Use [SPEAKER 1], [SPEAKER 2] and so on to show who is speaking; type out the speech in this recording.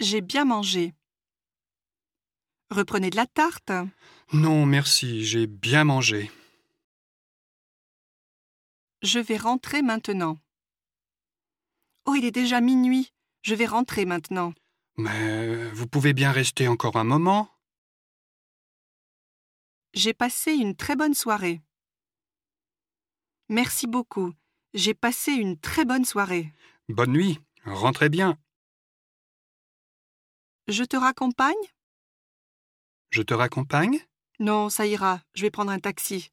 [SPEAKER 1] J'ai bien mangé. Reprenez de la tarte.
[SPEAKER 2] Non, merci, j'ai bien mangé.
[SPEAKER 1] Je vais rentrer maintenant. Oh, il est déjà minuit. Je vais rentrer maintenant.
[SPEAKER 2] Mais vous pouvez bien rester encore un moment.
[SPEAKER 1] J'ai passé une très bonne soirée. Merci beaucoup. J'ai passé une très bonne soirée.
[SPEAKER 2] Bonne nuit, rentrez bien.
[SPEAKER 1] Je te raccompagne
[SPEAKER 2] Je te raccompagne
[SPEAKER 1] Non, ça ira. Je vais prendre un taxi.